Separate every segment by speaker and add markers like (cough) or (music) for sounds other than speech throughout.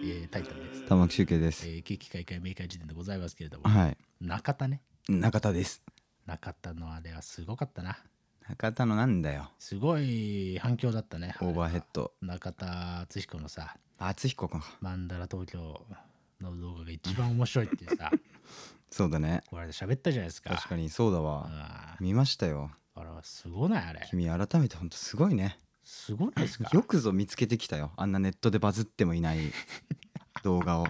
Speaker 1: えー、タイトルです。
Speaker 2: 玉木周慶です、
Speaker 1: えー、景気開会明快時点でございますけれども、
Speaker 2: はい
Speaker 1: 中田ね。
Speaker 2: 中田です
Speaker 1: 中田のあれはすごかったな。
Speaker 2: 中田のなんだよ
Speaker 1: すごい反響だったね。
Speaker 2: オーバーヘッド
Speaker 1: 中田敦彦のさ、
Speaker 2: 厚彦か
Speaker 1: マンダラ東京の動画が一番面白いって
Speaker 2: (laughs)
Speaker 1: さ、
Speaker 2: そうだね
Speaker 1: これで喋ったじゃないですか。
Speaker 2: 確かにそうだわ
Speaker 1: あ
Speaker 2: 見ましたよ
Speaker 1: あれはすごないあれ。
Speaker 2: 君改めてほんとすごいね
Speaker 1: すごないですか
Speaker 2: よくぞ見つけてきたよあんなネットでバズってもいない (laughs) 動画を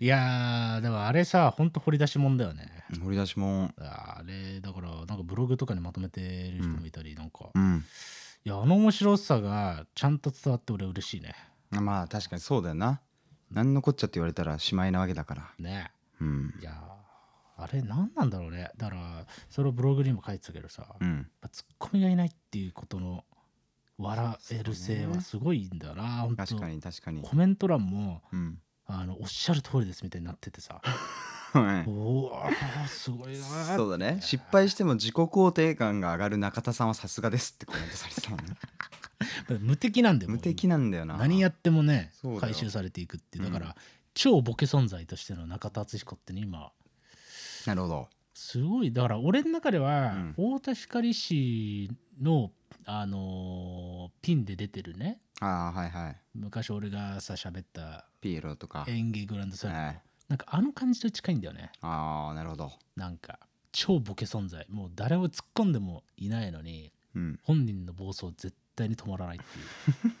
Speaker 1: いやー、でもあれさ、ほんと掘り出しもんだよね。
Speaker 2: 掘り出しもん
Speaker 1: あれだからなんかブログとかにまとめてる人もいたりなんか、
Speaker 2: う
Speaker 1: い
Speaker 2: ん
Speaker 1: やあの面白さがちゃんと伝わって俺嬉しいね
Speaker 2: まあ確かにそうだよな何のこっちゃって言われたらしまいなわけだから
Speaker 1: ね
Speaker 2: うん
Speaker 1: いやあれ何なんだろうねだからそれをブログにも書いてたけどさ、
Speaker 2: う
Speaker 1: やっ
Speaker 2: ん
Speaker 1: ぱツッコミがいないっていうことの笑える性はすごいんだよな、本当
Speaker 2: 確かに確かに
Speaker 1: コメント欄も
Speaker 2: うん
Speaker 1: あのおっしゃる通りですみたいになってて
Speaker 2: (laughs)
Speaker 1: さ
Speaker 2: はい
Speaker 1: おおすごいなー
Speaker 2: そうだね失敗しても自己肯定感が上がる中田さんはさすがですってコメントされてたもんね
Speaker 1: 無敵なん (laughs) で
Speaker 2: 無敵なんだよな
Speaker 1: 何やってもね
Speaker 2: そうだよ
Speaker 1: 回収されていくっていうだから、
Speaker 2: うん
Speaker 1: 超ボケ存在としての中田敦彦ってね今
Speaker 2: なるほど
Speaker 1: すごいだから俺の中では、
Speaker 2: うん
Speaker 1: 太田光氏の、あのーピンで出てるね
Speaker 2: ああはいはい
Speaker 1: 昔俺がさ喋った
Speaker 2: ピエロとか
Speaker 1: 演芸グランドスラムの、
Speaker 2: はい
Speaker 1: なんかあの感じと近いんだよね
Speaker 2: ああなるほど
Speaker 1: なんか超ボケ存在もう誰を突っ込んでもいないのに
Speaker 2: うん
Speaker 1: 本人の暴走絶対に止まらないっていうだか
Speaker 2: (laughs)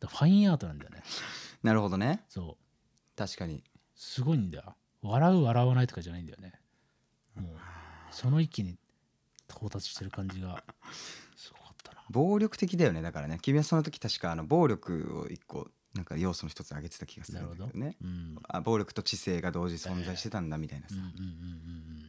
Speaker 1: らファインアートなんだよね
Speaker 2: なるほどね
Speaker 1: そう
Speaker 2: 確かに
Speaker 1: すごいんだよ笑う笑わないとかじゃないんだよねもうその域に到達してる感じがすごかったな
Speaker 2: 暴力的だよねだからね君はその時確かあの暴力を一個なんか要素の一つ挙げてた気がするんだけどね
Speaker 1: うん
Speaker 2: あ暴力と知性が同時存在してたんだみたいな
Speaker 1: う
Speaker 2: さ、
Speaker 1: んうん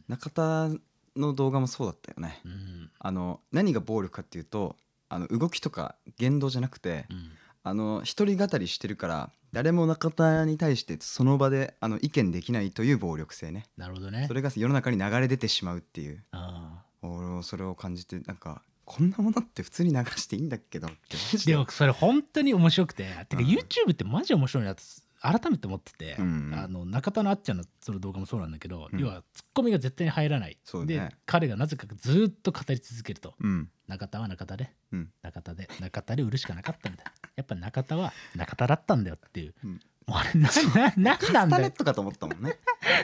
Speaker 2: 中田の動画もそうだったよね
Speaker 1: うんうんうん
Speaker 2: あの何が暴力かっていうとあの動きとか言動じゃなくて、
Speaker 1: うん
Speaker 2: あの一人語りしてるから誰も中田に対してその場であの意見できないという暴力性ね
Speaker 1: なるほどね
Speaker 2: それが世の中に流れ出てしまうっていう
Speaker 1: ああ
Speaker 2: 俺もそれを感じてなんかこんなものって普通に流していいんだっけどって思って
Speaker 1: でもそれ本当に面白くててか
Speaker 2: うん
Speaker 1: YouTube ってマジ面白いなって改めて思ってて、
Speaker 2: うん
Speaker 1: あの中田のあっちゃんのその動画もそうなんだけど、
Speaker 2: うん
Speaker 1: 要はツッコミが絶対に入らない、
Speaker 2: そうね
Speaker 1: で彼がなぜかずっと語り続けると
Speaker 2: うん
Speaker 1: 中田は中田で
Speaker 2: うん
Speaker 1: 中田で中田で売るしかなかったんだやっぱ中田は中田だったんだよっていう、
Speaker 2: うん
Speaker 1: もうあれなな
Speaker 2: カ
Speaker 1: 何
Speaker 2: ス
Speaker 1: なん
Speaker 2: タ
Speaker 1: だ
Speaker 2: ネッ
Speaker 1: よ
Speaker 2: トかと思ったもんね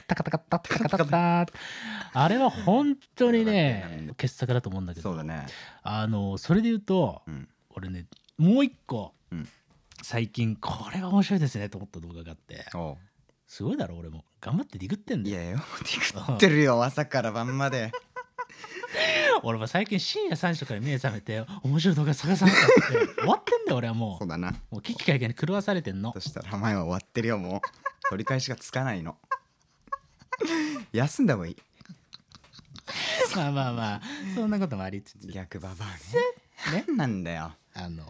Speaker 1: タカタカタタカタカタあれは本当にね傑作だと思うんだけど
Speaker 2: そうだね
Speaker 1: あのそれで言うと、
Speaker 2: うん
Speaker 1: 俺ねもう一個、
Speaker 2: うん
Speaker 1: 最近これは面白いですねと思った動画があって
Speaker 2: お
Speaker 1: すごいだろ俺も頑張ってディグってん
Speaker 2: うい
Speaker 1: だよ
Speaker 2: やよディグってるよ朝から晩まで
Speaker 1: 俺も最近深夜3時とかに目覚めて面白い動画探さなかったって終わってんだよ俺はも
Speaker 2: そう
Speaker 1: う
Speaker 2: だな
Speaker 1: もう危機解決に狂わされてんの
Speaker 2: そしたら前は終わってるよもう取り返しがつかないの休んだ方がいい
Speaker 1: まあまあまあそんなこともありつつね
Speaker 2: 逆ババアね何なんだよ
Speaker 1: あの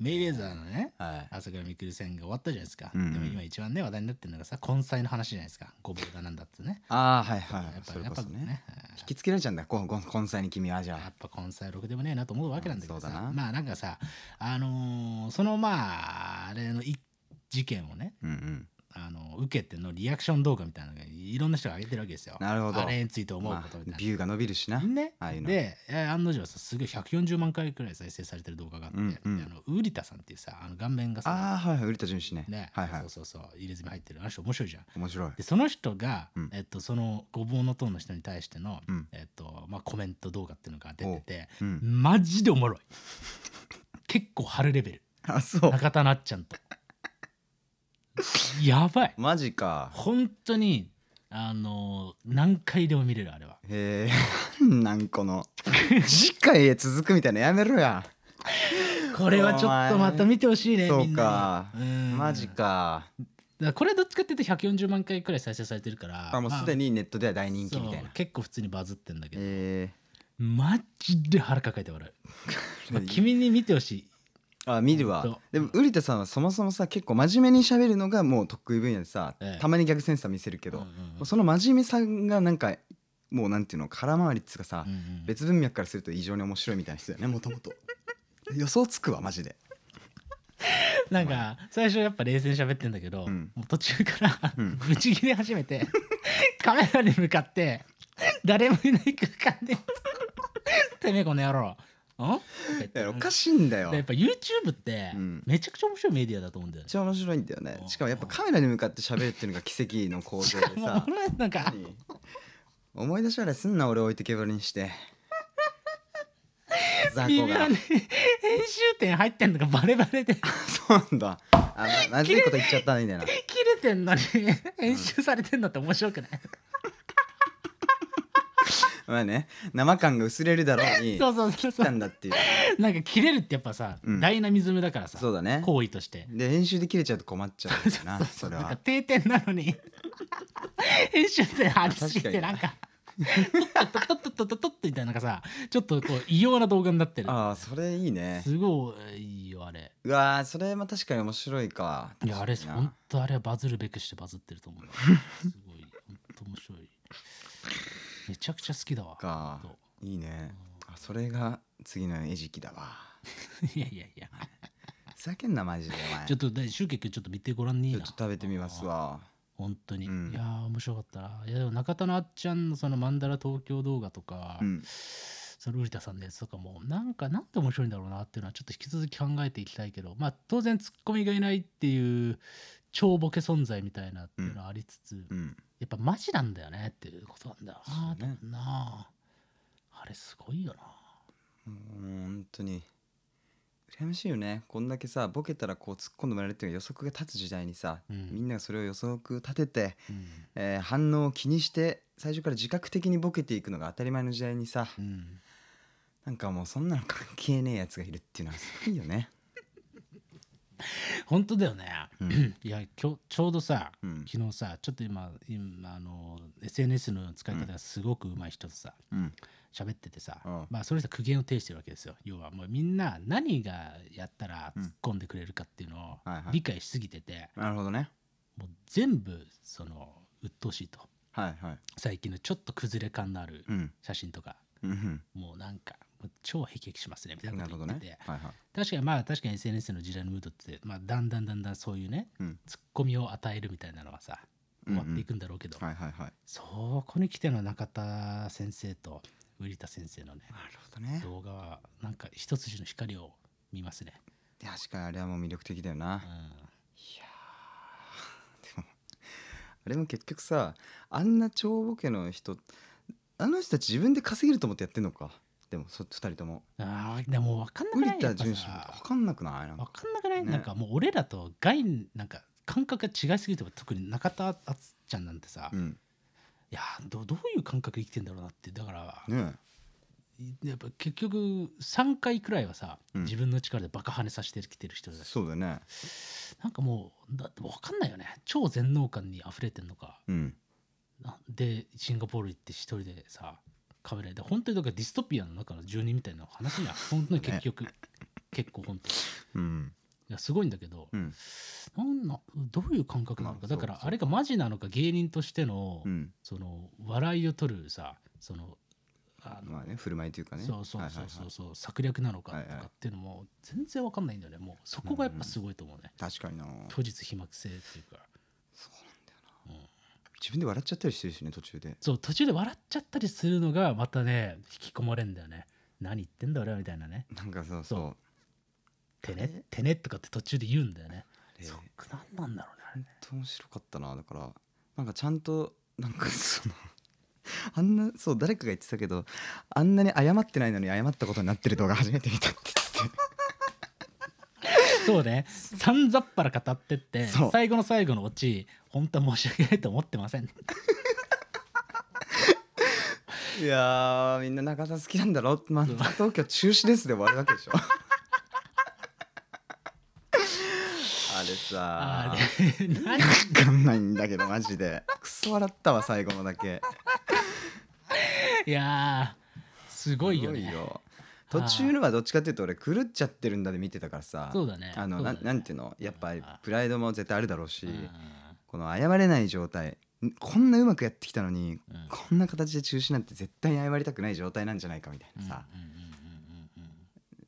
Speaker 1: メイレーザーのね
Speaker 2: はい
Speaker 1: 朝倉未来戦が終わったじゃないですか、
Speaker 2: うんうん
Speaker 1: でも今一番ね話題になってるのがさ根菜の話じゃないですかごぼうだなんだってね
Speaker 2: ああはいは
Speaker 1: や
Speaker 2: い
Speaker 1: っぱ
Speaker 2: それこそね
Speaker 1: やっぱ
Speaker 2: 引きつけられちゃうんだこんこん根菜に君はじ
Speaker 1: や
Speaker 2: ゃ
Speaker 1: っぱ根菜ろくでもねえなと思うわけなんだけどさ、
Speaker 2: うんそうだな
Speaker 1: まあなんかさあのーそのまああれのい事件をね
Speaker 2: あうんうん
Speaker 1: あの受けてのリアクション動画みたいなのがいろんな人が上げてるわけですよ
Speaker 2: なるほど
Speaker 1: あれについて思う
Speaker 2: ま
Speaker 1: ことみたい
Speaker 2: あ
Speaker 1: な、
Speaker 2: ビューが伸びるしな
Speaker 1: ね
Speaker 2: ああいうの
Speaker 1: でえー案の定さすごい140万回くらい再生されてる動画があって、
Speaker 2: うんうん
Speaker 1: であのウリタさんっていうさあの顔面がさ
Speaker 2: ああはいはい売れた順子ね
Speaker 1: ね、
Speaker 2: はいはい
Speaker 1: そうそうそう入れ墨入ってるあの人面白いじゃん。
Speaker 2: 面白い
Speaker 1: でその人が、
Speaker 2: うん
Speaker 1: えっと、そのごぼうの塔の人に対しての、
Speaker 2: うん
Speaker 1: えっとまあ、コメント動画っていうのが出てて、
Speaker 2: うん
Speaker 1: マジでおもろい結構春レベル
Speaker 2: あそう
Speaker 1: 中田なっちゃ
Speaker 2: (laughs)
Speaker 1: んとやばい
Speaker 2: マジか
Speaker 1: 本当にあの何回でも見れるあれは
Speaker 2: へえ (laughs) なんこの次回へ続くみたいなやめろや
Speaker 1: これはちょっとまた見てほしいね
Speaker 2: そうか
Speaker 1: みんなにうん
Speaker 2: マジ
Speaker 1: だ
Speaker 2: か
Speaker 1: からこれどっちかっていうと140万回くらい再生されてるから
Speaker 2: あもうすで
Speaker 1: に
Speaker 2: にネットでは大人気みたいな
Speaker 1: 結構普通にバズってんだけど、
Speaker 2: え
Speaker 1: マジで腹抱えて笑う、まあ、君に見てほしい
Speaker 2: あ見る
Speaker 1: ほん
Speaker 2: わ
Speaker 1: と
Speaker 2: でも瓜田さんはそもそもさ結構真面目に喋るのがもう得意分野でさ
Speaker 1: ええ
Speaker 2: たまに逆センサー見せるけ
Speaker 1: う
Speaker 2: ど
Speaker 1: んうんうん
Speaker 2: その真面目さがなんかもうなんていうの空回りっつうかさ
Speaker 1: うんうん
Speaker 2: (laughs) 別文脈からすると異常に面白いみたいな人だよねもともと予想つくわマジで
Speaker 1: なんか最初やっぱ冷静に喋ってんだけど、
Speaker 2: うん
Speaker 1: もう途中から
Speaker 2: うん
Speaker 1: ぶち切れ始めて、 (laughs) カメラに向かって誰もいない空間で「てめえこの野郎」んとか言って
Speaker 2: いやおかしいんだよ
Speaker 1: でやっぱ YouTube って
Speaker 2: うん
Speaker 1: めちゃくちゃ面白いメディアだと思うんだよ
Speaker 2: めっ
Speaker 1: ね。
Speaker 2: ちゃ面白いんだよねしかもやっぱカメラに向かって喋るっていうのが奇跡の構
Speaker 1: し
Speaker 2: 造
Speaker 1: か
Speaker 2: で
Speaker 1: も
Speaker 2: さ
Speaker 1: 俺なんか
Speaker 2: (laughs) 何思い出し笑いすんな俺置いてけぼりにして雑
Speaker 1: 微
Speaker 2: 魚
Speaker 1: 妙に
Speaker 2: が
Speaker 1: 編集点入ってんのがバレバレで (laughs)
Speaker 2: そうなんだあままずいこと言っちゃったみたいな
Speaker 1: 切れてんのに編集されてんのって面白くない、
Speaker 2: まあね生感が薄れるだろうに
Speaker 1: そ
Speaker 2: 切
Speaker 1: うそうそうそ
Speaker 2: った
Speaker 1: うん
Speaker 2: だっていう
Speaker 1: なんか切れるってやっぱさ、
Speaker 2: うん
Speaker 1: ダイナミズムだからさ
Speaker 2: そうだね
Speaker 1: 行為として
Speaker 2: で編集で切れちゃうと困っちゃうんだよ
Speaker 1: (laughs)
Speaker 2: なそれ
Speaker 1: なんか
Speaker 2: は
Speaker 1: 定点なのに編集点ありすぎてなんかトットットットットットッみたいななんかさちょっとこう異様な動画になってる
Speaker 2: ああそれいいね
Speaker 1: すごいいいよあれ
Speaker 2: うわーそれも確かに面白いか
Speaker 1: いやあれ
Speaker 2: 確か
Speaker 1: ほ
Speaker 2: になん
Speaker 1: とあれはバズるべくしてバズってると思うなすごいほんと面白いめちゃくちゃ好きだわ
Speaker 2: か
Speaker 1: ほんと
Speaker 2: いいねあそれが次の餌食だわ
Speaker 1: いやいやいや
Speaker 2: ふざけんなマジでお前
Speaker 1: ちょっとでシュウケイ君ちょっと見てごらんにいい
Speaker 2: ちょっ
Speaker 1: な
Speaker 2: と食べてみますわ
Speaker 1: 本当に、
Speaker 2: うん
Speaker 1: いやー面白かったないやでも中田のあっちゃんのそのマンダラ東京動画とか、
Speaker 2: うん
Speaker 1: その瓜田さんのやつとかもなんかなんて面白いんだろうなっていうのはちょっと引き続き考えていきたいけどまあ当然ツッコミがいないっていう超ボケ存在みたいなっていうのはありつつ、や
Speaker 2: うん
Speaker 1: っぱマジなんだよねっていうことなんだよな
Speaker 2: そうね
Speaker 1: 多分なあれすごいよな
Speaker 2: もう本当に羨ましいよねこんだけさボケたらこう突っ込んでもらえるっていうのが予測が立つ時代にさ、
Speaker 1: うん
Speaker 2: みんながそれを予測立てて、
Speaker 1: うん、
Speaker 2: えー反応を気にして最初から自覚的にボケていくのが当たり前の時代にさ、
Speaker 1: うん、
Speaker 2: なんかもうそんなの関係ねえやつがいるっていうのはすごいよね。
Speaker 1: 本当だよね、
Speaker 2: うん、
Speaker 1: いや今日ちょうどさ、
Speaker 2: うん
Speaker 1: 昨日さちょっと今今あの SNS の使い方がすごくうまい人とさ
Speaker 2: うん、
Speaker 1: 喋っててさ、
Speaker 2: うん
Speaker 1: まあその人は苦言を呈してるわけですよ要はもうみんな何がやったら
Speaker 2: うん
Speaker 1: 突っ込んでくれるかっていうの
Speaker 2: はい
Speaker 1: を
Speaker 2: はい
Speaker 1: 理解しすぎてて、
Speaker 2: なるほどね。
Speaker 1: もう全部その鬱陶しいと
Speaker 2: はいはい。
Speaker 1: 最近のちょっと崩れ感のある
Speaker 2: うん、
Speaker 1: 写真とか、
Speaker 2: うん、うん
Speaker 1: もうなんかもう超へきへきしますねみたい
Speaker 2: な
Speaker 1: な
Speaker 2: る
Speaker 1: こ
Speaker 2: ほ
Speaker 1: と
Speaker 2: ど
Speaker 1: 言っ
Speaker 2: ね
Speaker 1: てて、。
Speaker 2: はいはい。
Speaker 1: 確かにまあ確かに SNS の時代のムードって、まあ、だんだんだんだんそういうね
Speaker 2: うん、
Speaker 1: ツッコミを与えるみたいなのはさ終わっていくんだろうけど、
Speaker 2: はいはいはい。
Speaker 1: そこに来ての中田先生と瓜田先生のね
Speaker 2: なるほどね。
Speaker 1: 動画はなんか一筋の光を見ますね。
Speaker 2: いや確かにあれはもう魅力的だよな。
Speaker 1: う
Speaker 2: (laughs) あれも結局さあんな超ボケの人あの人たち自分で稼げると思ってやってんのかでもそ2人とも
Speaker 1: ん、あーでも分かんなくな
Speaker 2: 瓜
Speaker 1: いや
Speaker 2: 田
Speaker 1: っぱ
Speaker 2: 純子も
Speaker 1: さ
Speaker 2: 分かんなくないなん
Speaker 1: 分
Speaker 2: か
Speaker 1: かんなくない、
Speaker 2: ね
Speaker 1: なんかもう俺らと概念なんか感覚が違いすぎて特に中田敦ちゃんなんてさ、
Speaker 2: う
Speaker 1: い
Speaker 2: ん
Speaker 1: やーどどういう感覚で生きてんだろうなってだから、
Speaker 2: ね
Speaker 1: やっぱ結局3回くらいはさ、
Speaker 2: うん
Speaker 1: 自分の力でバカ跳ねさせてきてる人だ
Speaker 2: え
Speaker 1: し
Speaker 2: そうだよね
Speaker 1: なんかもうだって分かんないよね超全能感に溢れてんのか
Speaker 2: うん
Speaker 1: なでシンガポール行って一人でさカメラで本当にだからディストピアの中の住人みたいな話には本当に結局、結構本当にい
Speaker 2: うん
Speaker 1: やすごいんだけど、
Speaker 2: うん
Speaker 1: なんなどういう感覚なの
Speaker 2: ま
Speaker 1: か、
Speaker 2: あ
Speaker 1: だから
Speaker 2: そうそう
Speaker 1: あれがマジなのか芸人としての、
Speaker 2: うん
Speaker 1: その笑いを取るさそのあの、
Speaker 2: まあね振る舞いというかね
Speaker 1: そうそう
Speaker 2: はいは
Speaker 1: そ
Speaker 2: いう
Speaker 1: そ
Speaker 2: はい
Speaker 1: うそう策略なのか
Speaker 2: はい
Speaker 1: と
Speaker 2: はい
Speaker 1: かっていうのも全然わかんないんだよねもうそこがやっぱすごいと思うね、
Speaker 2: 確かにな
Speaker 1: 虚実飛膜性っていうか
Speaker 2: 自分で笑っちゃったりしてるしね途中で
Speaker 1: そう途中で笑っちゃったりするのがまたね引き込まれんだよね何言ってんだ俺はみたいなね
Speaker 2: なんかそう
Speaker 1: そ
Speaker 2: そ
Speaker 1: て
Speaker 2: あれ
Speaker 1: ねてねとかって途中で言うんだよね
Speaker 2: う
Speaker 1: そっ
Speaker 2: 本
Speaker 1: か何なんだろうね
Speaker 2: 当面白かったなだからなんかちゃんとなんかそのあんなそう誰かが言ってたけどあんなに謝ってないのに謝ったことになってる動画初めて見たって言ってて
Speaker 1: あれそうねさんざっぱら語ってって
Speaker 2: そう
Speaker 1: 最後の最後のオチ本当は申し訳ないと思ってません
Speaker 2: いやーみんな中田好きなんだろまあ東京中止ですで終わるわ
Speaker 1: (laughs)
Speaker 2: けでしょあれさ
Speaker 1: あれ
Speaker 2: (laughs)
Speaker 1: 何
Speaker 2: 分かんないんだけどマジでクソ笑ったわ最後のだけ
Speaker 1: いやーすごいよね
Speaker 2: す途中のはどっちかっていうと俺狂っちゃってるんだで見てたからさ
Speaker 1: そうだね
Speaker 2: あの
Speaker 1: そうだ
Speaker 2: な
Speaker 1: ね
Speaker 2: なんていうのやっぱり
Speaker 1: あー
Speaker 2: プライドも絶対あるだろうし
Speaker 1: うん
Speaker 2: この謝れない状態んこんなうまくやってきたの
Speaker 1: う
Speaker 2: に
Speaker 1: ん
Speaker 2: こんな形で中止なんて絶対に謝りたくない状態なんじゃないかみたいなさ、
Speaker 1: うんうんうんうんうん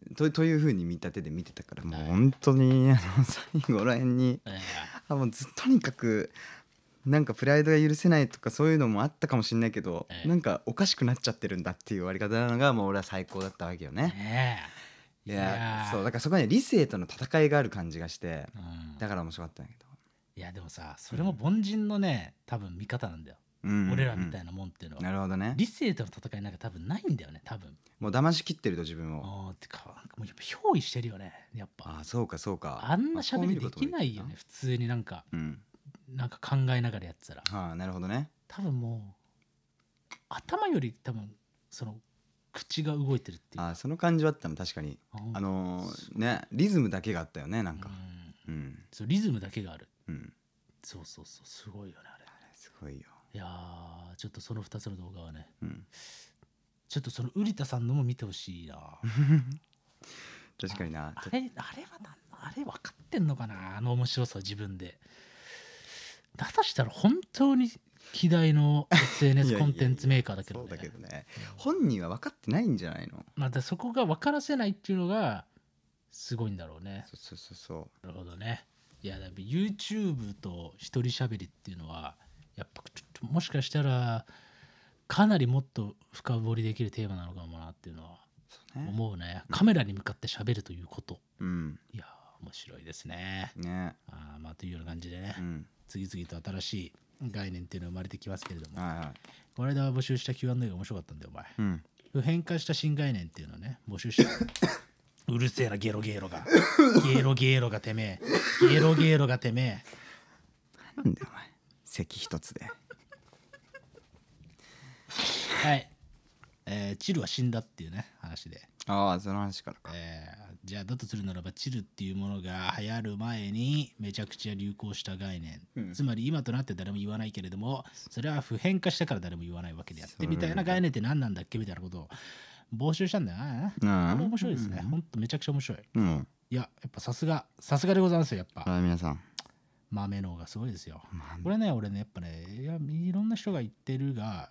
Speaker 1: うん
Speaker 2: とというふうに見立てで見てたからもう
Speaker 1: はい
Speaker 2: 本当にあの最後らへんに
Speaker 1: え
Speaker 2: あもうずとにかくなんかプライドが許せないとかそういうのもあったかもしれないけど、
Speaker 1: ええ
Speaker 2: なんかおかしくなっちゃってるんだっていう終わり方なのがもう俺は最高だったわけよ
Speaker 1: え
Speaker 2: ね。
Speaker 1: ね
Speaker 2: い
Speaker 1: え
Speaker 2: や
Speaker 1: ー
Speaker 2: そうだからそこには理性との戦いがある感じがして
Speaker 1: うん
Speaker 2: だから面白かったんだけど、
Speaker 1: いやでもさそれも凡人のね多分見方なんだよ、
Speaker 2: うん
Speaker 1: 俺らみたい
Speaker 2: な、
Speaker 1: なもんっていうのは、
Speaker 2: なるほどね
Speaker 1: 理性との戦いなんか多分ないんだよね多分
Speaker 2: もう騙しきってると自分を
Speaker 1: あーてかなんかもうやっぱ憑依してるよねやっ
Speaker 2: あ
Speaker 1: ぱ
Speaker 2: あそうかそうか
Speaker 1: あんな
Speaker 2: まこう
Speaker 1: 喋
Speaker 2: 見
Speaker 1: り
Speaker 2: る
Speaker 1: で
Speaker 2: こと
Speaker 1: き
Speaker 2: も
Speaker 1: ないよね普通になんか
Speaker 2: うん
Speaker 1: なんか考えながらやってたら
Speaker 2: はあなるほどね
Speaker 1: 多分もう頭より多分その口が動いてるっていう
Speaker 2: あーその感じはあったの確かに
Speaker 1: うん
Speaker 2: あのーねリズムだけがあったよねなんか
Speaker 1: うん
Speaker 2: うん
Speaker 1: そうリズムだけがある
Speaker 2: うん
Speaker 1: そうそうそうすごいよねあれ
Speaker 2: あれすごいよ
Speaker 1: いやーちょっとその2つの動画はね
Speaker 2: うん
Speaker 1: ちょっとその瓜田さんのも見てほしいな
Speaker 2: 確かにな
Speaker 1: あ
Speaker 2: ちょ
Speaker 1: れあれはなんあれ分かってんのかなあの面白さを自分でだとしたら本当に希代
Speaker 2: (laughs)
Speaker 1: の
Speaker 2: いや
Speaker 1: SNS
Speaker 2: いや
Speaker 1: コンテンツメーカーだけど
Speaker 2: そうだけ
Speaker 1: ね
Speaker 2: どね本人は分かってないんじゃないの
Speaker 1: まあだそこが分からせないっていうのがすごいんだろうね
Speaker 2: そうそうそうそ
Speaker 1: なるほどねいやだって YouTube と一人喋りっていうのはやっぱちょっともしかしたらかなりもっと深掘りできるテーマなのかもなっていうのは
Speaker 2: うね
Speaker 1: 思うねカメラに向かって喋るということ
Speaker 2: うん
Speaker 1: いやー面白いですね
Speaker 2: ね
Speaker 1: あーまあというような感じでね、
Speaker 2: うん
Speaker 1: 次々と新しい概念っていうのが生まれてきますけれども
Speaker 2: はいはい
Speaker 1: この間募集した Q&A が面白かったんだよお前
Speaker 2: うん
Speaker 1: 普遍化した新概念っていうのをね募集して (laughs) うるせえなゲロゲロが (laughs) ゲロゲロがてめえゲロゲロがてめえ
Speaker 2: なんだよお前咳一つで
Speaker 1: はい、えーチルは死んだっていうね話で、
Speaker 2: ああその話からか
Speaker 1: えーじゃあだとするならばチルっていうものが流行る前にめちゃくちゃ流行した概念、
Speaker 2: うん
Speaker 1: つまり今となって誰も言わないけれどもそれは普遍化したから誰も言わないわけであってみたいな概念って何なんだっけみたいなことを募集したんだよな、
Speaker 2: う
Speaker 1: これ
Speaker 2: ん
Speaker 1: 面白いですね、ほんとめちゃくちゃ面白い
Speaker 2: うん
Speaker 1: いややっぱさすがさすがでございますよやっぱ、
Speaker 2: はい皆さん
Speaker 1: 豆の方がすごいですよ
Speaker 2: まあ
Speaker 1: これね俺ねやっぱねいやいろんな人が言ってるが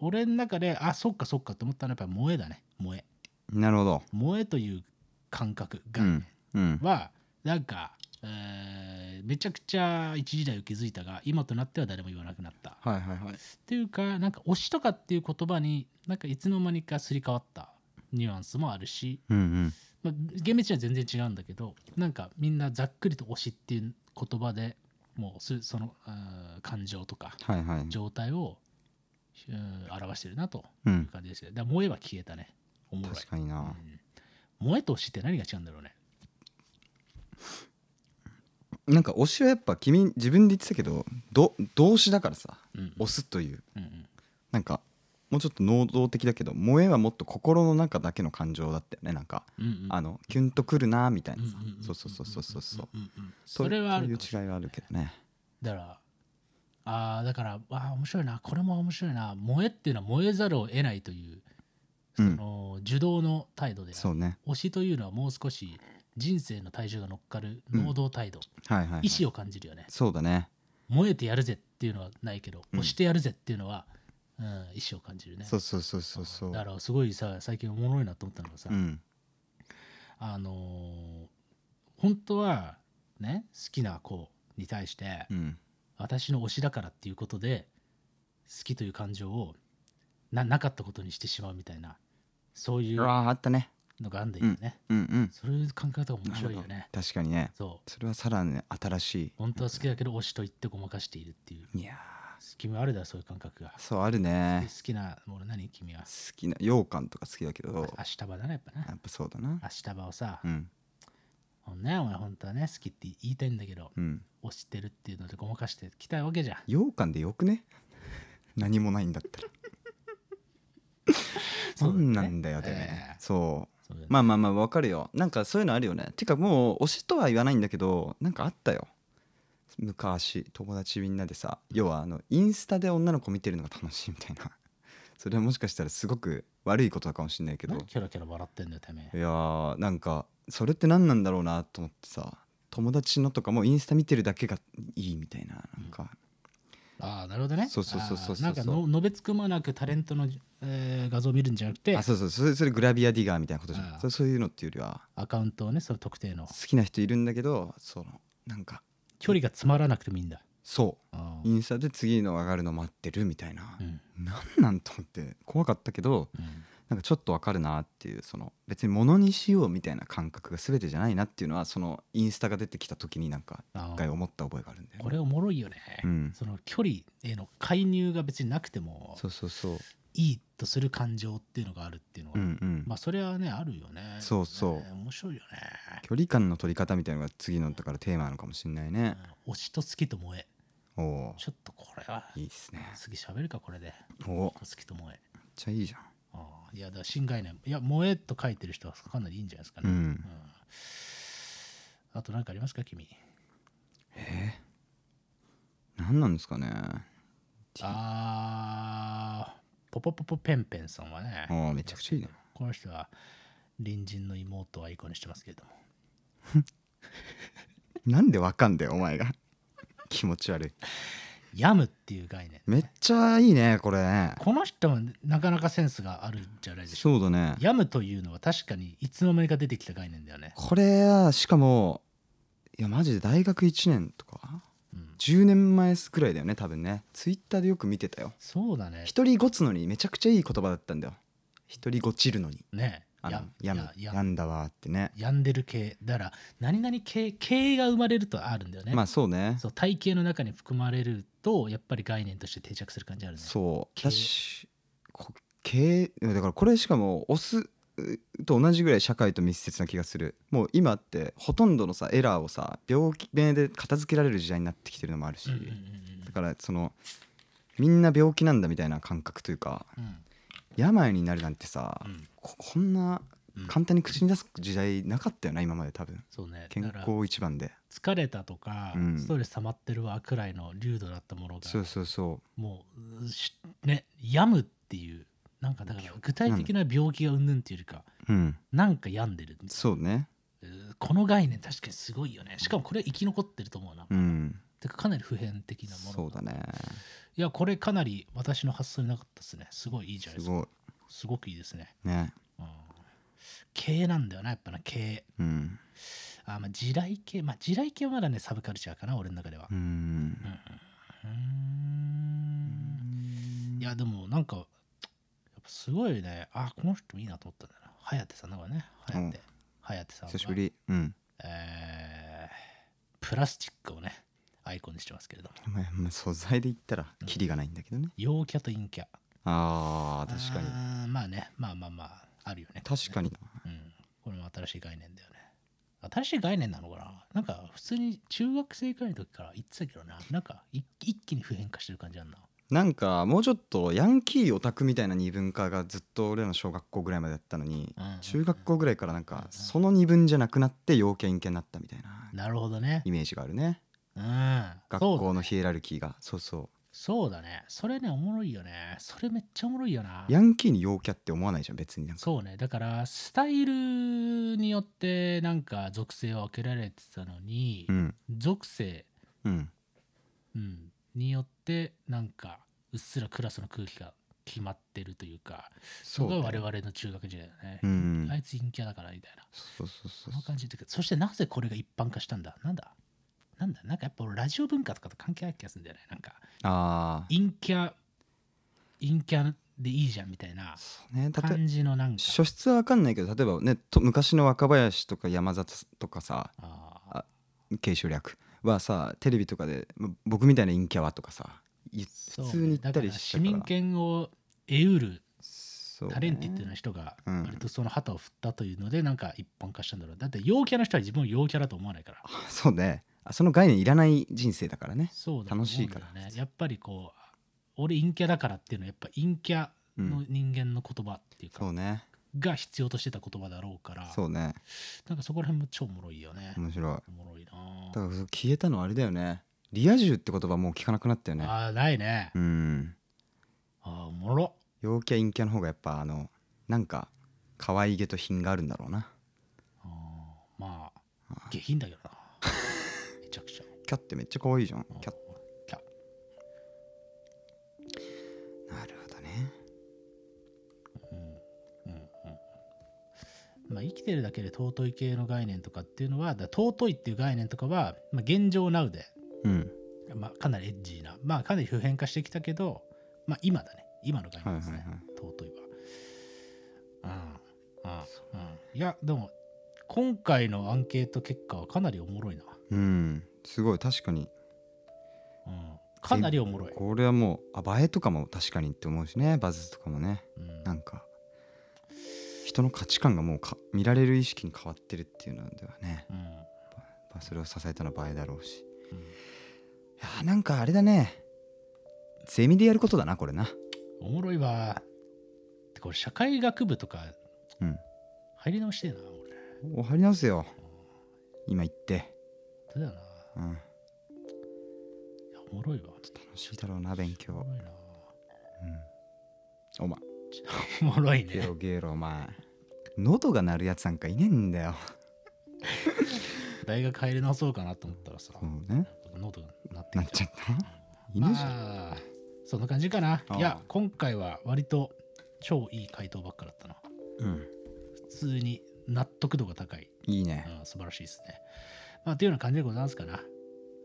Speaker 1: 俺の中であそっかそっかと思ったのはやっぱ萌えだね萌え
Speaker 2: なるほど
Speaker 1: 萌えという感覚
Speaker 2: う
Speaker 1: が、
Speaker 2: んうん
Speaker 1: はなんか、えーめちゃくちゃ一時代を築いたが今となっては誰も言わなくなったっ
Speaker 2: はいはいはい
Speaker 1: ていうかなんか推しとかっていう言葉になんかいつの間にかすり替わったニュアンスもあるし、
Speaker 2: うんうん
Speaker 1: まあ、厳密には全然違うんだけどなんかみんなざっくりと推しっていう言葉でもうすそのあー感情とか
Speaker 2: はいはい
Speaker 1: 状態を、うん表してるなと
Speaker 2: う
Speaker 1: いうん感じですよ。だから萌えは消えたね。おもろい
Speaker 2: 確。かにな
Speaker 1: うん萌えと推しって何が違うんだろうね。
Speaker 2: なんか推しはやっぱ君自分で言ってたけどど動詞だからさ
Speaker 1: うん
Speaker 2: 推すという
Speaker 1: うんうん
Speaker 2: なんかもうちょっと能動的だけど萌えはもっと心の中だけの感情だったよねなんか
Speaker 1: うんうん
Speaker 2: あのキュンとくるなみたいなさ
Speaker 1: うんうんうん
Speaker 2: そうそうそうそうそうそう
Speaker 1: うんうんそれはあ
Speaker 2: とい
Speaker 1: る
Speaker 2: う
Speaker 1: か
Speaker 2: 違いはあるけどね
Speaker 1: だからあーだからあー面白いなこれも面白いな萌えっていうのは燃えざるを得ないというあ
Speaker 2: うん
Speaker 1: の受動の態度であ
Speaker 2: そうね
Speaker 1: る推しというのはもう少し人生の体重が乗っかる能動態度、
Speaker 2: はいはいはい
Speaker 1: 意志を感じるよね
Speaker 2: そうだね
Speaker 1: 燃えてやるぜっていうのはないけど、
Speaker 2: うん
Speaker 1: 押してやるぜっていうのは、うん、意思を感じるね
Speaker 2: そうそうそうそうそう
Speaker 1: だからすごいさ最近おもろいなと思ったのがさ、
Speaker 2: うん
Speaker 1: あのー本当はね好きな子に対して、
Speaker 2: うん
Speaker 1: 私の推しだからっていうことで好きという感情をななかったことにしてしまうみたいなそういうう
Speaker 2: わーあったね
Speaker 1: のがあんだよね、
Speaker 2: うんうん
Speaker 1: そういう考え方が面白いよ
Speaker 2: なる
Speaker 1: ね
Speaker 2: ほど確かにね
Speaker 1: そう
Speaker 2: それはさらに新しい
Speaker 1: 本当は好きだけど推しと言ってごまかしているっていう
Speaker 2: いや
Speaker 1: 君はあるだろそういう感覚が
Speaker 2: ーそうあるね
Speaker 1: 好きなもの何君は
Speaker 2: 好きな羊羹とか好きだけど
Speaker 1: 明日場だなやっぱな
Speaker 2: やっぱそうだな
Speaker 1: 明日場をさ
Speaker 2: う、ん
Speaker 1: ほんねお前本当はね好きって言いたいんだけど
Speaker 2: うん
Speaker 1: 推してるっていうのでごまかしてきたわけじゃん
Speaker 2: 羊羹でよくね (laughs) 何もないんだったらそ
Speaker 1: そうだね
Speaker 2: んなんだよね、
Speaker 1: ええ
Speaker 2: そう
Speaker 1: そうだよね
Speaker 2: まあまあまあわかるよなんかそういうのあるよねてかもう推しとは言わないんだけどなんかあったよ昔友達みんなでさ要はあのインスタで女の子見てるのが楽しいみたいな (laughs) それはもしかしたらすごく悪いことかもしれないけど
Speaker 1: 何キャラキャラ笑ってんだよてめ
Speaker 2: い
Speaker 1: え
Speaker 2: やーなんかそれって何なんだろうなと思ってさ友達のとかもインスタ見てるだけがいいみたいななんか、
Speaker 1: ああなるほどね
Speaker 2: そうそうそうそうそう
Speaker 1: あーなんかののべつくまなくタレントの、えー画像を見るんじゃなくて
Speaker 2: あそうそうそれそれグラビアディガーみたいなことじゃ
Speaker 1: あ
Speaker 2: ん
Speaker 1: ー
Speaker 2: そそういうのっていうよりは
Speaker 1: アカウントをねその特定の
Speaker 2: 好きな人いるんだけどそのなんか
Speaker 1: 距離が詰まらなくてもいいんだ
Speaker 2: そ
Speaker 1: あ
Speaker 2: う
Speaker 1: ー
Speaker 2: インスタで次の上がるの待ってるみたいな
Speaker 1: う、ん
Speaker 2: なんなんと思って怖かったけど
Speaker 1: うん
Speaker 2: なんかちょっとわかるなっていうその別に物にしようみたいな感覚が全てじゃないなっていうのはそのインスタが出てきた時になんか
Speaker 1: あー
Speaker 2: 一回思った覚えがあるんだよ
Speaker 1: こ
Speaker 2: ね、
Speaker 1: れおもろいよね、
Speaker 2: うん、
Speaker 1: その距離への介入が別になくても
Speaker 2: そうそうそう
Speaker 1: いいとする感情っていうのがあるっていうのが、
Speaker 2: うんうん、
Speaker 1: まあそれはねあるよね
Speaker 2: そうそう
Speaker 1: ね面白いよね
Speaker 2: 距離感の取り方みたいなのが次のだからテーマなのかもしれないね、
Speaker 1: うん推しと好きと萌え
Speaker 2: おお
Speaker 1: ちょっとこれは
Speaker 2: ーいいですね
Speaker 1: 次喋るかこれで
Speaker 2: おお
Speaker 1: 好きと萌え
Speaker 2: めっちゃいいじゃん
Speaker 1: ああいやだから新概念いや萌えと書いてる人はかなりいいんじゃないですかね、
Speaker 2: うん
Speaker 1: あと何かありますか君
Speaker 2: えー、何なんですかね
Speaker 1: あーポポポポペンペンさんはね
Speaker 2: おおめちゃくちゃいいな
Speaker 1: この人は隣人の妹をアイコンにしてますけれども
Speaker 2: なんでわかんだよお前が (laughs) 気持ち悪い
Speaker 1: ヤムっていう概念
Speaker 2: めっちゃいいねこれね
Speaker 1: この人もなかなかセンスがあるんじゃないでしょう
Speaker 2: そうだね
Speaker 1: かヤムというのは確かにいつの間にか出てきた概念だよね、
Speaker 2: これはしかもいやマジで大学1年とか
Speaker 1: うん、
Speaker 2: 10年前くらいだよね多分ねツイッターでよく見てたよ
Speaker 1: そうだね
Speaker 2: 一人ごつのにめちゃくちゃいい言葉だったんだよ一人ごちるのに
Speaker 1: ね
Speaker 2: あのやむ
Speaker 1: や
Speaker 2: やんだわーってね
Speaker 1: 病んでる系だから何々系系が生まれるとあるんだよね、
Speaker 2: まあそうね
Speaker 1: そう体系の中に含まれるとやっぱり概念として定着する感じあるね
Speaker 2: そう
Speaker 1: 経営
Speaker 2: だしこ経営だからこれしかもオスうと同じぐらい社会と密接な気がするもう今ってほとんどのさエラーをさ病気名で片付けられる時代になってきてるのもあるし、
Speaker 1: うんうんうん
Speaker 2: だからそのみんな病気なんだみたいな感覚というか
Speaker 1: うん
Speaker 2: 病になるなんてさ、
Speaker 1: うん
Speaker 2: ここんな
Speaker 1: うん
Speaker 2: 簡単に口に出す時代なかったよな今まで多分
Speaker 1: そうね
Speaker 2: 健
Speaker 1: だから
Speaker 2: 康一番で
Speaker 1: 疲れたとか、
Speaker 2: うん
Speaker 1: ストレス溜まってるわくらいの流度だったものが
Speaker 2: そうそうそ
Speaker 1: もうしね病むっていうなんかだから具体的な病気がうんぬんっていうよりか
Speaker 2: ううん
Speaker 1: なんか病んでるんです
Speaker 2: そうね
Speaker 1: うーこの概念確かにすごいよねしかもこれ生き残ってると思うな、
Speaker 2: うん
Speaker 1: てかかなり普遍的なもの
Speaker 2: そうだね
Speaker 1: いやこれかなり私の発想になかったですねすごいいいじゃないで
Speaker 2: す
Speaker 1: すか
Speaker 2: ごい
Speaker 1: すごくいいですね
Speaker 2: ね
Speaker 1: うん系なんだよなやっぱな系
Speaker 2: うん
Speaker 1: あまあ地雷系まあ地雷系はまだねサブカルチャーかな俺の中では
Speaker 2: うーん
Speaker 1: うーんいやでもなんかやっぱすごいねあこの人いいなと思ったんだな颯さんだからね
Speaker 2: うん
Speaker 1: 颯颯さんは
Speaker 2: 久しぶりうん
Speaker 1: えープラスチックをねアイコンにしてますけれども
Speaker 2: まあまあ素材で言ったらキリがないんだけどね、
Speaker 1: 陽キャと陰キャ
Speaker 2: あー確かに
Speaker 1: あーまあねまあまあまああるよね
Speaker 2: 確かにな
Speaker 1: うん、これも新しい概念だよね。新しい概念なのかななんか普通に中学生くらいの時から言ってたけどな、なんか一一気に普遍化してる感じあんな。
Speaker 2: なんかもうちょっとヤンキーオタクみたいな二分化がずっと俺らの小学校ぐらいまでやったのに、
Speaker 1: うん
Speaker 2: 中学校ぐらいからなんかその二分じゃなくなって陽キャ陰キャになったみたいな
Speaker 1: なるほどね
Speaker 2: イ。メージがあるね
Speaker 1: うん。
Speaker 2: 学
Speaker 1: そう
Speaker 2: 校のヒエラルキーがそうそう
Speaker 1: そうだね。それね、おもろいよね。それめっちゃおもろいよな。
Speaker 2: ヤンキーに陽キャって思わないじゃん別になんか
Speaker 1: そうね。だから、スタイルによってなんか属性を分けられてたのに、
Speaker 2: うん
Speaker 1: 属性、
Speaker 2: うん
Speaker 1: うん、によってなんかうっすらクラスの空気が決まってるというか、そ
Speaker 2: そう
Speaker 1: こが
Speaker 2: だ
Speaker 1: 我
Speaker 2: よ
Speaker 1: 々の中学時代だよね。
Speaker 2: うん
Speaker 1: あいつ陰キャだからみたいな。
Speaker 2: そうそうそ
Speaker 1: そうの
Speaker 2: そう
Speaker 1: 感じで、そしてなぜこれが一般化したんだなんだなんだなんかやっぱ俺ラジオ文化とかと関係ある気がするんだよね。なんか
Speaker 2: あ
Speaker 1: 陰キャ、陰キャでいいじゃんみたいな
Speaker 2: あそうね例え
Speaker 1: 感じのなんか。
Speaker 2: 初出は分かんないけど例えばねと昔の若林とか山里とかさ
Speaker 1: あー
Speaker 2: あ継承略はさテレビとかで「僕みたいな陰キャは」とかさい
Speaker 1: そう
Speaker 2: 普
Speaker 1: ね
Speaker 2: 通に言ったり
Speaker 1: だから
Speaker 2: し
Speaker 1: 市
Speaker 2: たから
Speaker 1: 民権を得うる
Speaker 2: そうね
Speaker 1: タレンティッドな人が
Speaker 2: うん
Speaker 1: 割とその旗を振ったというのでなんか一般化したんだろう。だって陽キャの人は自分を陽キャだと思わないから。
Speaker 2: あ (laughs) そうねあその概念いらない人生だからね
Speaker 1: そうだと思うんだよね
Speaker 2: 楽しいから
Speaker 1: やっぱりこう俺陰キャだからっていうのはやっぱ陰キャの人間の言葉っていうか、
Speaker 2: そうね
Speaker 1: が必要としてた言葉だろうから
Speaker 2: そうね
Speaker 1: なんかそこら辺も超おもろいよね、
Speaker 2: 面白い
Speaker 1: おもろいな
Speaker 2: だから消えたのはあれだよねリア充って言葉もう聞かなくなったよね
Speaker 1: ああーないね、
Speaker 2: うん
Speaker 1: ああーおもろ
Speaker 2: 陽キャ陰キャの方がやっぱあのなんか可愛げと品があるんだろうな
Speaker 1: あーまあ下
Speaker 2: (laughs)
Speaker 1: 品だけどなめちゃくちゃ
Speaker 2: キャってめっちゃ可愛いじゃん
Speaker 1: あー
Speaker 2: キャ
Speaker 1: キャてるだけで尊い系の概念とかっていうのはだから尊いっていう概念とかは、まあ、現状 NOW で、
Speaker 2: うん
Speaker 1: まあ、かなりエッジーな、まあ、かなり普遍化してきたけど、まあ、今だね今の概
Speaker 2: はい
Speaker 1: 念
Speaker 2: は
Speaker 1: で
Speaker 2: い
Speaker 1: すね、
Speaker 2: はい
Speaker 1: 尊いはうんうんうんいやでも今回のアンケート結果はかなりおもろいな、
Speaker 2: うんすごい確かに
Speaker 1: うん、かなりおもろい、
Speaker 2: これはもうあ映えとかも確かにって思うしねバズとかもね
Speaker 1: うん
Speaker 2: なんか人の価値観がもうか見られる意識に変わってるっていうのではね
Speaker 1: うん
Speaker 2: まあそれを支えたのは映えだろうし
Speaker 1: うん
Speaker 2: いやーなんかあれだねゼミでやることだなこれな
Speaker 1: おもろいわてこれ社会学部とか
Speaker 2: うん
Speaker 1: 入り直してえな俺
Speaker 2: お張り直すよ今行って
Speaker 1: そうだよな
Speaker 2: うん
Speaker 1: いやおもろいわ
Speaker 2: 楽しいだろうな勉
Speaker 1: お
Speaker 2: 強
Speaker 1: もろいな
Speaker 2: うんお前
Speaker 1: おもろい
Speaker 2: ゲ
Speaker 1: ね
Speaker 2: ロゲロお前喉が鳴るやつなんかいねえんだよ
Speaker 1: 大学入り直そうかなと思ったらさ、
Speaker 2: そうね
Speaker 1: 喉が鳴って
Speaker 2: なっ
Speaker 1: き
Speaker 2: ち
Speaker 1: た
Speaker 2: ゃった犬じゃん
Speaker 1: まあそんな感じかな
Speaker 2: ああ
Speaker 1: いや今回は割と超いい回答ばっかだったな
Speaker 2: うん
Speaker 1: 普通に納得度が高い、
Speaker 2: いいね
Speaker 1: うん、素晴らしいですねまあというような感じでございますかな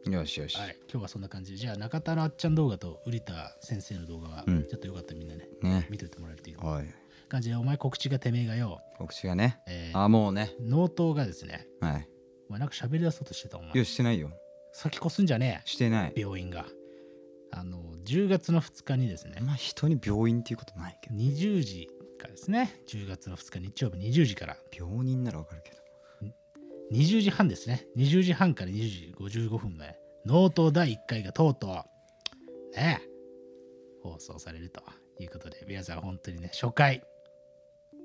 Speaker 2: よしよし
Speaker 1: はい、今日はそんな感じで、じゃあ中田のあっちゃん動画と瓜田先生の動画は、
Speaker 2: うん
Speaker 1: ちょっとよかったらみんなね、
Speaker 2: ね
Speaker 1: 見といてもらえるという
Speaker 2: おい
Speaker 1: 感じで、お前告知がてめえがよ、
Speaker 2: 告知がね
Speaker 1: えー
Speaker 2: あもうね
Speaker 1: 納刀がですね、
Speaker 2: はい
Speaker 1: お前なんか喋り出そうとしてたお
Speaker 2: いや
Speaker 1: 前、
Speaker 2: してないよ
Speaker 1: 先越すんじゃね
Speaker 2: してない
Speaker 1: え、病院が。あの、10月の2日にですね
Speaker 2: あん、ま人に病院っていうことないけど
Speaker 1: 20時からですね、10月の2日日曜日20時から、
Speaker 2: 病人ならわかるけど
Speaker 1: 20時半ですね、20時半から20時55分まで、納刀第1回がとうとう、ねえ、放送されるということで、皆さん本当にね、初回、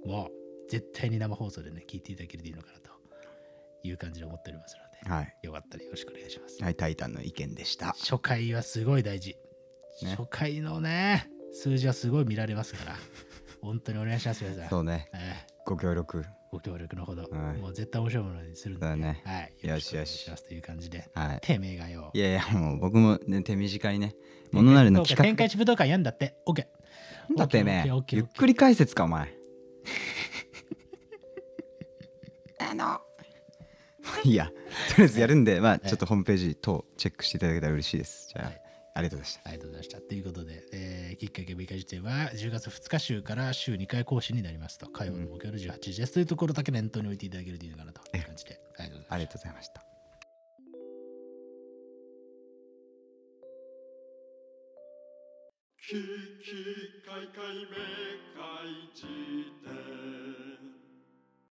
Speaker 1: もう絶対に生放送でね、聞いていただけるといいのかなという感じで思っておりますので、
Speaker 2: はい
Speaker 1: よかったらよろしくお願いします。
Speaker 2: はいタイタンの意見でした
Speaker 1: 初回はすごい大事。
Speaker 2: ね
Speaker 1: 初回のね、数字はすごい見られます
Speaker 2: (laughs)
Speaker 1: から、本当にお願いします、皆さん。
Speaker 2: そうね
Speaker 1: ええ
Speaker 2: ご協力
Speaker 1: ご協力のほど、
Speaker 2: はい
Speaker 1: もう絶対面白いものにするんで、
Speaker 2: そうだね
Speaker 1: はい、
Speaker 2: よし
Speaker 1: お願
Speaker 2: よ
Speaker 1: い
Speaker 2: し
Speaker 1: しますという感じで、
Speaker 2: はい
Speaker 1: てめえがよ。
Speaker 2: いやいやもう僕も、ね、手短にね物なりの
Speaker 1: 天
Speaker 2: 企
Speaker 1: 下一武道会やんだって、オッケ
Speaker 2: 画だってね
Speaker 1: OK OK OK
Speaker 2: ゆっくり解説かお前あのまあいいやとりあえずやるんでまあちょっとホームページ等チェックしていただけたら嬉しいですじゃあ、
Speaker 1: はい
Speaker 2: ありがとうございました
Speaker 1: ー。ありがとうございました。ということで、えー、きっかけ6日時点は10月2日週から週2回更新になりますと、火曜の木曜の18時です、というところだけ念頭に置いていただけるといいのかなという感じで、ありがとうございます。
Speaker 2: ありがとうございました
Speaker 3: キキカイカイメカイ辞典